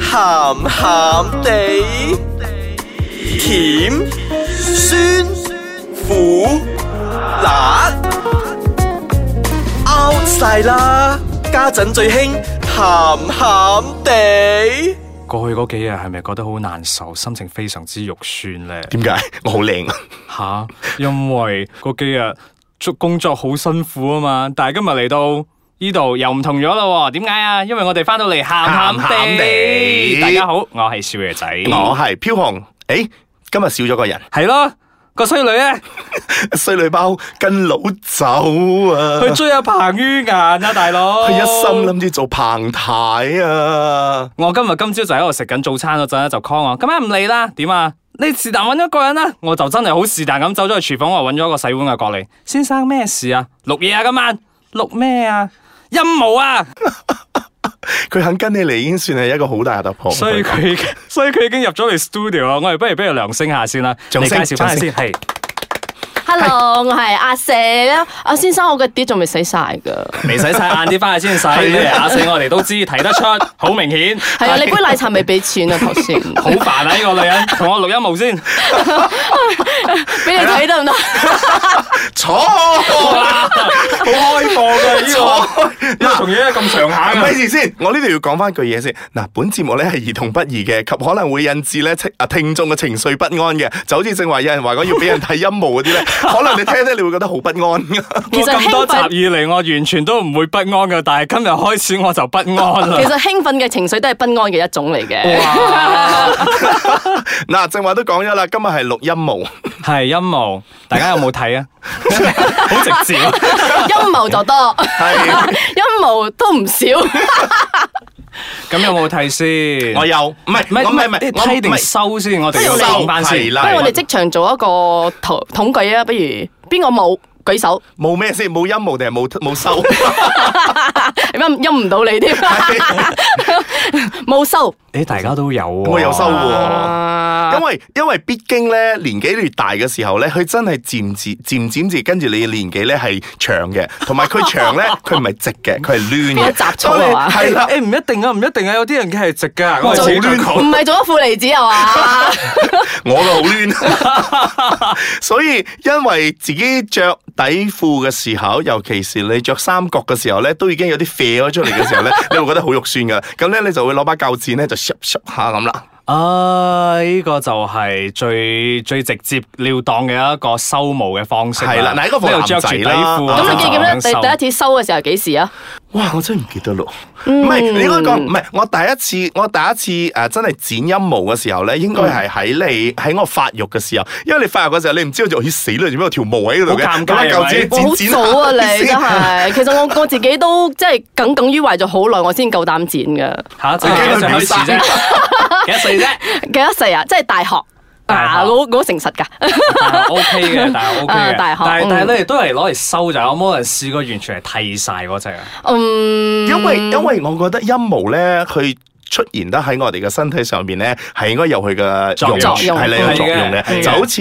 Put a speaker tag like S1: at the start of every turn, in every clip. S1: 鹹鹹地，甜酸苦辣 out 晒啦！家陣最興鹹鹹地。
S2: 過去嗰幾日係咪覺得好難受，心情非常之肉酸呢？
S3: 點解 我好靚啊？
S2: 吓、因為嗰幾日做工作好辛苦啊嘛，但係今日嚟到呢度又唔同咗啦喎，點解啊？因為我哋翻到嚟鹹鹹
S3: 鹹
S2: 地，
S3: 地
S2: 大家好，我係少爺仔，
S3: 我係飄紅。誒，今日少咗個人，
S2: 係咯。個衰女咧
S3: 衰女包跟佬走啊！
S2: 去追阿彭于晏啊，大佬，
S3: 佢一心。諗住做彭太啊！
S2: 我今日今朝就喺度食緊早餐嗰陣咧，就 call 我，今晚唔嚟啦，點啊？你是但揾咗個人啦，我就真係好是但咁走咗去廚房，我揾咗個洗碗嘅啊過嚟。先生咩事啊？錄嘢啊，今晚錄咩啊？陰謀 啊！
S3: 佢肯跟你嚟已經算係一個好大嘅突破。
S2: 所以佢已經 所以佢已經入咗嚟 studio 啊！我哋不如俾佢量升下先啦，
S3: 掌
S2: 你介
S3: 聲
S2: 紹翻
S3: 掌
S2: 先
S3: 聲
S2: 係。
S4: Hello，我係阿蛇啦。阿先生，我嘅碟仲未洗晒噶。
S2: 未洗晒，晏啲翻去先洗。
S3: 係啊
S2: 打死我哋都知，睇得出，好明顯。
S4: 係啊，你杯奶茶未 俾錢啊，頭先。
S2: 好煩啊！呢個女人，同我錄音冇 先。
S4: 俾你睇
S2: 啊
S4: 得唔得？
S3: 坐，
S2: 好開放嘅 呢個，呢個啊同樣咁長下
S3: 咪
S2: 嘅。
S3: 住先，我呢度要講翻句嘢先。嗱，本節目咧係兒童不宜嘅，及可能會引致咧聽啊聽眾嘅情緒不安嘅。就好似正話有人話講要俾人睇陰毛 嗰啲咧，可能你聽聽你會覺得好不安 噶。
S4: 其
S2: 我
S4: 實
S2: 咁多
S4: 興奮
S2: 集以嚟，我完全都唔會不安嘅，但係今日開始我就不安
S4: 其
S2: 啦。
S4: 實興奮嘅情緒都係不安嘅一種嚟
S2: 哦
S4: 嘅。
S2: 哇，
S3: 嗱，正話都講咗啦，今日係錄陰毛。
S2: 係陰謀，大家有冇 睇啊？好直接啊！
S4: 陰謀就多，
S3: 係，
S4: 陰謀都唔少。
S2: 咁有冇睇先？
S3: 我有，唔係，
S2: 唔係
S3: 我
S2: 唔
S3: 唔係
S2: 係唔
S3: 唔
S2: 係，
S3: 係，我
S2: 批定
S3: 唔係
S2: 收先，我哋要講翻先。
S3: 係
S4: 不
S3: 啦
S4: 如我哋即場做一個統統計啊，不如邊個冇舉手？
S3: 冇咩先，冇陰毛定係冇冇收？
S4: 陰陰唔到 你添，冇收。
S2: 誒，大家都有喎，
S3: 我有收喎。
S4: 啊
S2: 哦
S3: 因為因為必經咧年紀越大嘅時候咧，佢真係漸漸漸漸漸跟住你嘅年紀咧係長嘅，同埋佢長咧佢唔係直嘅，佢係攣
S4: 變
S3: 嘅。
S4: 咗雜草啊嘛
S3: 當你係啦，
S2: 誒唔一定啊，唔一定啊，有啲人嘅係直㗎， 我係
S3: 做
S2: 自己
S3: 亂
S2: 講
S4: 唔係做咗負離子 係嘛？
S3: 我嘅好攣。 所以因為自己着底褲嘅時候，尤其是你着三角嘅時候咧，都已經有啲啡咗出嚟嘅時候 咧，你會覺得好肉酸噶。咁咧你就會攞把鉸剪咧就 s 下咁啦。
S2: 啊，呢個就係最最直接了當嘅一個收毛嘅方式。
S3: 係啦嗱呢個服
S2: 呢度着住底褲，
S3: 男仔啦
S4: 咁你記唔記
S2: 咁就
S4: 得
S2: 咁樣收
S4: 你第一次收嘅時候係幾時啊？
S3: 哇！我真係唔記得咯，
S4: 嗯
S3: 唔係你應該講，唔係我第一次，我第一次誒、呃真係剪陰毛嘅時候咧，應
S4: 嗯
S3: 該係喺你喺我發育嘅時候，因為你發育嘅時候你唔知道就咦死啦，做咩有條毛喺度嘅，
S2: 好尷尬
S3: 咁啊
S2: 係咪
S3: 剪
S4: 哇，好
S3: 剪剪
S4: 早啊你 真
S3: 剪
S4: 係，其實我我自己都即係耿耿於懷咗好耐，我先夠膽剪噶。
S2: 吓，就幾多歲開始啫？ 幾多歲啫
S4: 幾多歲啊？即係大學
S2: 大學
S4: 啊！我我好誠實㗎，
S2: 但係？OK 啊嘅，但係 OK 嘅，
S4: 啊大學
S2: 但係
S4: 嗯
S2: 但係咧都係攞嚟收就，有冇人試過完全係剃晒嗰只啊？
S4: 嗯，
S3: 因為因為我覺得陰毛咧，佢出現得喺我哋嘅身體上面咧，係應該有佢嘅
S2: 作用
S4: 作用
S3: 係啦，有作用
S2: 係嘅
S3: 嘅。就好似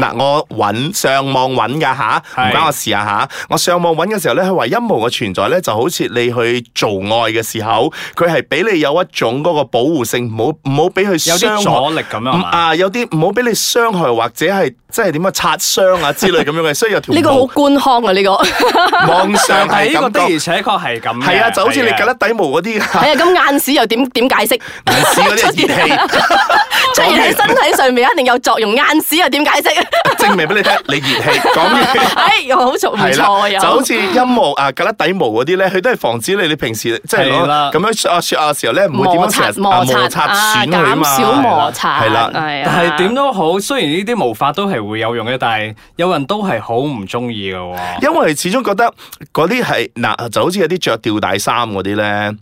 S3: 嗱，我揾上網揾㗎吓，唔
S2: 係
S3: 關我事啊吓。我上網揾嘅時候咧，佢話陰毛嘅存在咧，就好似你去做愛嘅時候，佢係俾你有一種嗰個保護性，唔好唔好俾佢
S2: 有
S3: 傷
S2: 啲
S3: 害。
S2: 阻力咁樣係
S3: 唔
S2: 嘛？
S3: 啊，有啲唔好俾你傷害或者係即係點樣擦傷啊之類咁樣嘅，所以有條
S4: 呢 個好官腔啊！呢 個係
S3: 毛網
S2: 但
S3: 上係
S2: 係呢個
S3: 咁
S2: 的而
S3: 講，
S2: 且確係咁嘅。
S3: 係啊，就好似你
S2: 係嘅
S3: 曱甴底毛嗰啲啊
S4: 啊，咁眼屎又點點 解釋？
S3: 眼屎嗰啲係熱氣， 講
S4: 出現喺
S3: 完
S4: 身體上面一定有作用，眼屎又點解釋？
S3: 證明俾你聽，你熱 氣講完。
S4: 哎，又好熟唔
S3: 係
S4: 錯
S3: 啦，
S4: 又
S3: 就好似陰毛啊、旮旯底毛嗰啲咧，佢都係防止你你平時即係
S2: 係啦
S3: 攞咁樣啊雪下雪下嘅時候咧，唔會點
S4: 摩
S3: 樣成
S4: 擦
S3: 日
S4: 摩
S3: 啊
S4: 擦
S3: 摩擦
S4: 啊，
S3: 損佢啊
S4: 減
S3: 嘛，
S4: 少摩擦
S3: 係啦。
S4: 係啊
S2: 但係點都好，雖然呢啲毛髮都係會有用嘅，但係有人都係好唔中意嘅喎。
S3: 因為始終覺得嗰啲係嗱，就好似有啲着吊帶衫嗰啲咧。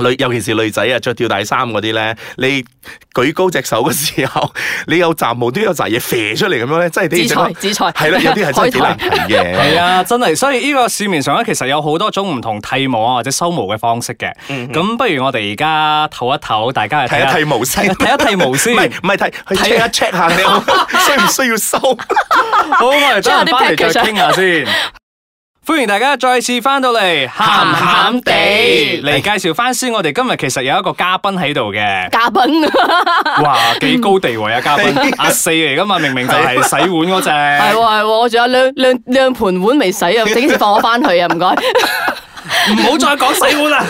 S3: 女尤其是女仔啊，着吊帶衫嗰啲咧，你舉高隻手嘅時候， 你有雜毛都有雜嘢射出嚟咁樣咧，真係
S4: 紫菜
S3: 啲
S4: 紫菜
S3: 係啦，有啲係真係 幾難睇嘅。
S2: 係啊，真係，所以呢個市面上咧，其實有好多種唔同剃毛啊或者修毛嘅方式嘅。咁、不如我哋而家唞一唞，大家去
S3: 嗯睇
S2: 下
S3: 一睇毛先，
S2: 啊 睇一睇毛先
S3: 唔係唔係睇，去 check 一 check 下你 有需唔需要收。
S2: 好，我哋等陣翻嚟再傾下先。欢迎大家再次翻到嚟，咸咸地嚟介绍翻先。我哋今日其实有一个嘉宾喺度 嘅，
S4: 嘉賓
S2: 哇，几高地位啊！嘉宾阿四嚟噶嘛，明明就系洗碗嗰只。
S4: 係喎係喎，我仲有兩兩兩盤碗未洗 啊，整幾時放我翻去啊？唔該，
S3: 嗯
S2: 唔好再講洗碗啦，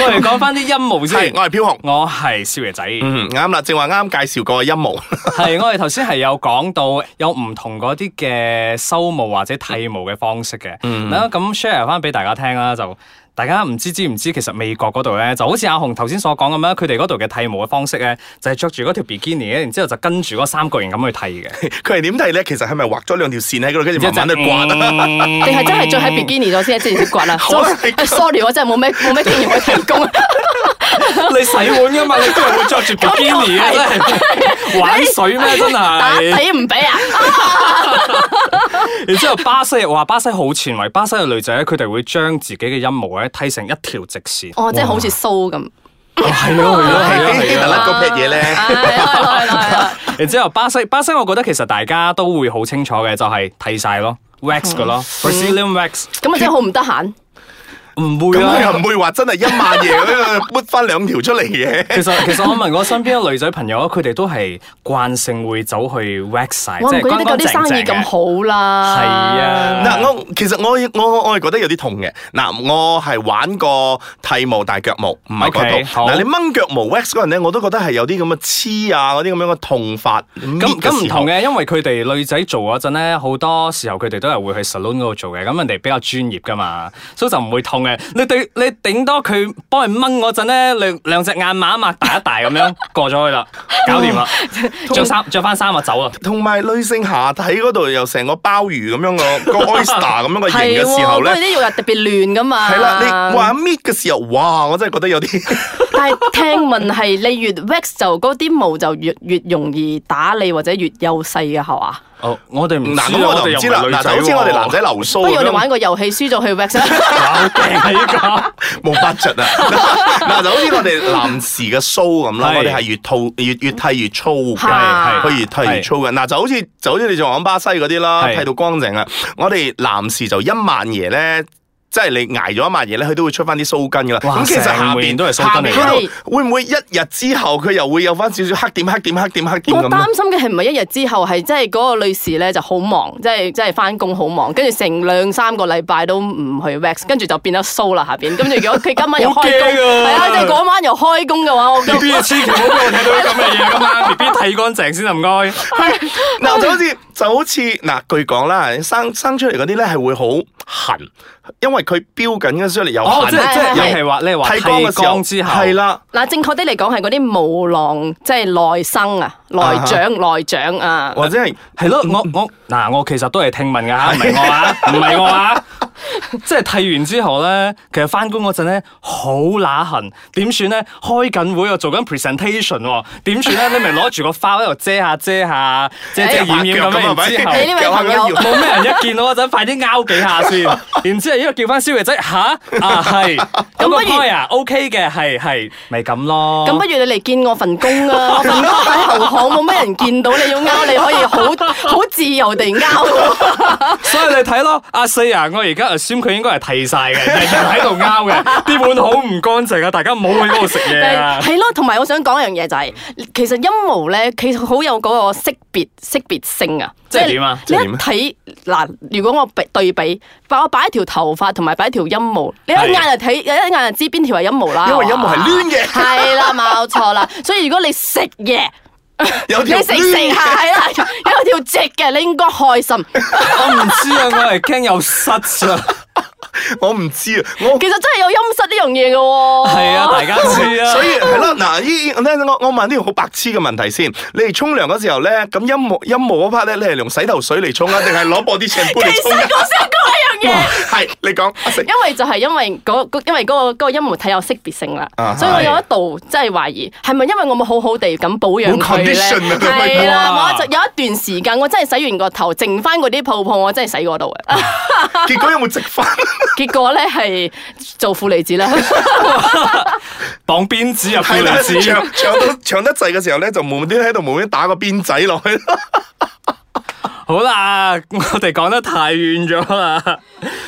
S2: 我哋講翻啲陰毛
S3: 系
S2: 先。
S3: 我係飄紅。
S2: 我係少爺仔，係
S3: 嗯，啱啦，正話啱介紹過嘅陰毛，
S2: 我哋頭先係有講到有唔同嗰啲嘅修毛或者剃毛嘅方式嘅，
S3: 嗯
S2: 嗱咁 share 翻俾大家聽啦，就大家唔知知唔知，其實美國嗰度咧就好似阿紅頭先所講咁樣，佢哋嗰度嘅剃毛嘅方式咧就係着住嗰條 bikini 然之後就跟住嗰三角形咁去剃嘅，
S3: 佢係點睇咧？其實係咪畫咗兩條線喺嗰度，跟住慢慢去刮啊？
S2: 刮
S4: 定係真係着喺 bikini 咗先，之前先刮啦。
S3: 好啊你
S4: sorry，我真係冇咩冇咩經驗去提供。啊
S2: 你洗碗噶嘛？你都係會着住 bikini 嘅，真係玩水咩？真
S4: 打
S2: 係。
S4: 底唔俾啊！
S2: 然之後巴西話巴西好前衞，巴西嘅女仔咧，佢哋會將自己嘅陰毛咧剃成一條直線。
S4: 哦，即係好似 鬚咁。
S2: 係咯係咯嗯係咯啊
S3: 希
S2: 係
S3: 特
S2: 啊咯。
S3: 勒嗰撇嘢咧，
S4: 係啊係係係啊
S2: 然之後巴西巴西，我覺得其實大家都會好清楚嘅，就係剃晒咯，wax
S4: 嗯
S2: 嘅咯，Brazilian wax
S4: 咁啊，真係好唔得閒。
S2: 唔會
S3: 咁佢又
S2: 啊
S3: 唔。會話真係一萬嘢咁樣撥翻兩條出嚟 嘅。
S2: 其實其實我問我身邊嘅女仔朋友，佢哋都係慣性會走去 wax 晒，即
S4: 我唔
S2: 係
S4: 覺得
S2: 乾
S4: 嗰
S2: 乾淨
S4: 啲生意
S2: 淨
S4: 咁
S2: 嘅。
S4: 好啦。
S2: 係啊
S3: 嗱，我其實我我我係覺得有啲痛嘅。嗱，我係玩過剃毛大腳毛，唔係
S2: OK，
S3: 嗰度。
S2: 好
S3: 嗱，你掹腳毛 wax 嗰陣咧，我都覺得係有啲咁嘅黐啊，嗰啲咁樣嘅痛法。
S2: 咁
S3: 咁
S2: 咁唔同。嘅，因為佢哋女仔做嗰陣咧，好多時候佢哋都係會去 salon 嗰度做嘅，咁人哋比較專業噶嘛，所以就唔會痛嘅。你對你頂多佢幫人掹嗰陣咧，兩兩隻眼擘一擘大一大咁 樣過咗去啦，搞掂啦，
S4: 哦
S2: 着衫着翻衫啊走啦。
S3: 同埋女性下體嗰度又成個鮑魚咁樣個 個 oyster 咁樣嘅形
S4: 係
S3: 嘅時候
S4: 喎，因
S3: 咧，
S4: 為啲肉又特別亂噶
S2: 啊
S4: 嘛。
S3: 係啦，你話搣嘅時候，哇！我真係覺得有啲
S4: 但係聽聞係你越 wax 就嗰啲毛就越越容易打理或者越幼細嘅係嘛？
S2: 哦，我 哋唔知啊
S3: 嗱，咁我就唔知啦。嗱，就好似我哋男仔留
S4: 不如
S3: 須
S4: 我哋
S3: 哦咁
S4: 玩個遊戲，輸咗去 wax 啦。
S2: 好勁啊呢
S3: 冇 budget 啊！ 嗱，就好似我哋男士嘅須咁啦，
S2: 係
S3: 我哋係越套越越剃越粗嘅。
S2: 係
S3: 佢越剃越粗嘅，嗱就好似就好似你仲講巴西嗰啲啦，
S2: 係
S3: 剃到光淨啦。我哋男士就一萬爺咧，即係你捱咗一萬爺咧，佢都會出翻啲鬚根噶啦。
S2: 哇
S3: 咁其實下
S2: 成面
S3: 邊
S2: 都係鬚根嚟
S4: 嘅
S3: 下邊嗰度會唔會一日之後佢又會有翻少少黑點、黑點、黑點、黑點
S4: 我
S3: 咁啊
S4: 擔心嘅係唔係一日之後係即係嗰個女士咧就好忙，即係即係翻工好忙，跟住成兩三個禮拜都唔去 wax，跟住就變得須啦下邊。跟住如果佢今晚又開
S2: 好
S4: 工，
S2: 驚啊
S4: 係啊，即係嗰晚又開工嘅話，我
S2: 個 B B 千祈唔好俾我睇到啲咁嘅嘢噶嘛，B B 剃乾淨先啊唔該。
S3: 嗱，就好似就好似嗱，據講啦，生生出嚟嗰啲咧係會好痕，因為佢標緊嘅出嚟有
S2: 哦，
S3: 痕
S2: 即。係即係
S4: 係
S2: 又係話你係話剃
S3: 光嘅時候
S2: 光之後
S3: 係。啦，
S4: 嗱，正確啲嚟講係嗰啲毛囊，即係內生啊，內長、內長啊。
S3: 或者係
S2: 係咯，
S3: 嗯
S2: 我我嗱，我其實都係聽聞㗎 嚇，唔係我啊，唔係我啊。即係剃完之後咧，其實翻工嗰陣咧好乸痕，點算咧？開緊會又做緊 presentation 喎，點算咧？你咪攞住個花喺度遮下遮下，遮遮掩掩
S3: 哎
S2: 咁樣，
S3: 啊
S2: 然之後
S4: 你呢位朋友
S3: 有下嗰啲搖
S2: 冇咩人一見到嗰陣，啊快啲拗幾下先，然之後因為叫翻消費仔吓，啊係，咁
S4: 不
S2: 個
S4: 如
S2: point 啊 OK 嘅係係，咪咁咯。
S4: 咁不如你嚟見我份工啊！我份工喺後巷，冇乜人見到你要勾，你可以好好自由地勾。
S2: 所以你睇咯，阿四啊，我而家 assume 佢應該係剃晒嘅， 日日喺度拗嘅，啲碗好唔乾淨啊！大家唔好去嗰度食嘢啊！
S4: 係咯，同埋我想講一樣嘢就係，其實陰毛咧，其實好有嗰個識別識別性啊。
S2: 即係點啊
S4: 你
S3: 即係
S4: 一
S3: 點啊
S4: 睇嗱，如果我比對比，我擺一條頭髮同埋擺一條陰毛，你一
S2: 係
S4: 眼就睇，一眼就知邊條係陰毛啦。
S3: 因為陰毛係攣嘅
S4: 係啦，冇 錯啦。所以如果你食嘢。
S3: 有
S4: 你
S3: 條
S4: 食食
S3: 攣嘅
S4: 下係啦，有條直嘅，你應該開心。
S2: 我唔知啊，我係驚有虱啊！
S3: 我唔知啊，我
S4: 其實真係有陰濕呢樣嘢嘅喎。
S2: 係啊，大家知啊
S3: 所。以係咯，嗱，依咧我我問呢個好白痴嘅問題先，你哋沖涼嗰時候咧，咁陰毛陰毛嗰 part 咧，你係用洗頭水嚟沖啊，定係攞播啲 shampoo 嚟
S4: 其
S3: 沖
S4: 實
S3: 啊？
S4: 我想講一樣嘢。
S3: 係你講，阿成
S4: 因為就係因為嗰、嗰因為嗰、個嗰、個陰毛體有識別性啦，
S3: 啊
S4: 所以我
S2: 係
S4: 有一度真係懷疑係咪因為我冇好好地咁保養
S3: 冇
S4: 佢咧？
S3: condition 啊
S4: 係
S2: 哇
S4: 啦，我就有一段時間我真係洗完個頭，剩翻嗰啲泡泡，我真係洗嗰度 嘅。
S3: 結果有冇直翻？
S4: 結果咧係做負離 子啦，
S2: 綁鞭子入
S3: 係
S2: 負
S3: 啦
S2: 離，子，
S3: 長長到長得滯嘅時候咧，就無端端喺度無端端打個邊仔落 去。
S2: 好啦，我哋講得太遠咗啦。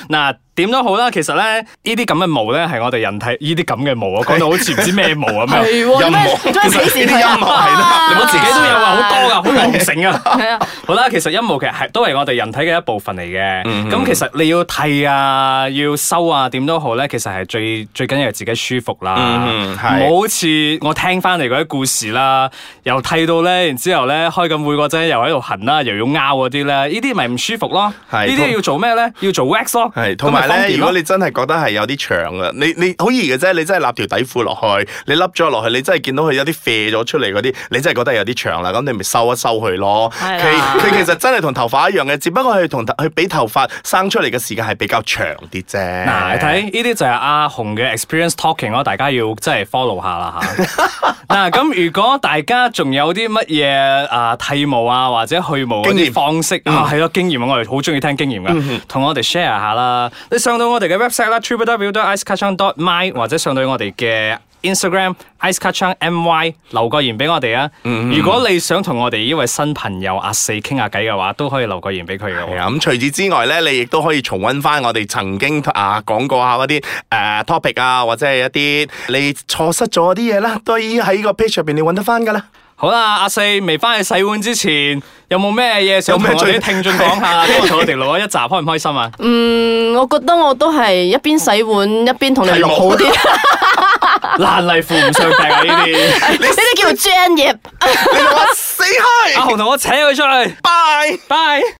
S2: 嗱， 點都好啦，其實咧呢啲咁嘅毛咧係我哋人體呢啲咁嘅毛啊，講到好似唔知咩毛咁樣。
S4: 係喎，
S3: 音
S4: 你咩
S3: 樂
S4: 你做咩鄙視
S3: 呢啲
S4: 佢啊？
S3: 音樂係 啦
S2: 我自己都有啊，好多噶，好旺盛啊！
S4: 係啊，
S2: 好啦，其實陰毛其實係都係我哋人體嘅一部分嚟
S3: 嗯
S2: 嘅。咁、其實你要剃啊，要修啊，點都好咧，其實係最最緊要係自己舒服啦。
S3: 嗯係
S2: 唔好好似我聽翻嚟嗰啲故事啦，又剃到咧，然之後咧開緊會嗰陣又喺度痕啦，又要拗嗰啲咧，呢啲咪唔舒服咯。
S3: 係
S2: 呢啲要做咩咧？要做 wax 咯。
S3: 系，同
S2: 咁咪
S3: 埋
S2: 方
S3: 咧，
S2: 便
S3: 如
S2: 咯
S3: 果你真係覺得係有啲長啊，你你好易嘅啫，你真係立條底褲落去，你笠咗落去，你真係見到佢有啲啡咗出嚟嗰啲，你真係覺得有啲長啦，咁你咪收一收佢咯。
S4: 係
S3: 佢
S4: 啦
S3: 佢其實真係同頭髮一樣嘅，只不過佢同頭佢比頭髮生出嚟嘅時間係比較長啲啫。
S2: 嗱，你睇呢啲就係阿紅嘅 experience talking 咯，大家要真係 follow 下啦吓。 嗱，咁如果大家仲有啲乜嘢啊剃毛啊或者去毛嗰
S3: 經驗嗯
S2: 啲方式啊，係咯經驗，我哋好中意聽經驗嘅，同我哋 share 下啦。你上到我哋嘅 website 啦 t r i p l e w d i c e c a t c h a n g dot my 或者上到我哋嘅。Instagram ice c a t c h a n g my 留個言俾我哋啊！
S3: 嗯
S2: 如果你想同我哋呢位新朋友阿四傾下偈嘅話，都可以留個言俾佢嘅喎。
S3: 係啊，咁除此之外咧，你亦都可以重温翻我哋曾經啊講過下嗰啲誒 topic 啊，或者係一啲你錯失咗嗰啲嘢啦，都喺喺個 page 入邊你揾得翻噶啦。
S2: 好啦，阿四未翻去洗碗之前，有冇咩嘢想同
S3: 有咩
S2: 我
S3: 最
S2: 哋啲聽眾講 下？今日同我哋錄咗一集，開唔開心啊？
S4: 嗯，我覺得我都係一邊洗碗一邊同你
S3: 係
S4: 錄
S3: 冇
S4: 好啲， 呢
S2: 爛泥扶唔上壁啊！呢啲，
S4: 啲叫專業。
S3: 你同我死
S2: 阿
S3: 開，
S2: 啊紅同我扯佢出去，
S3: 拜。
S2: 拜。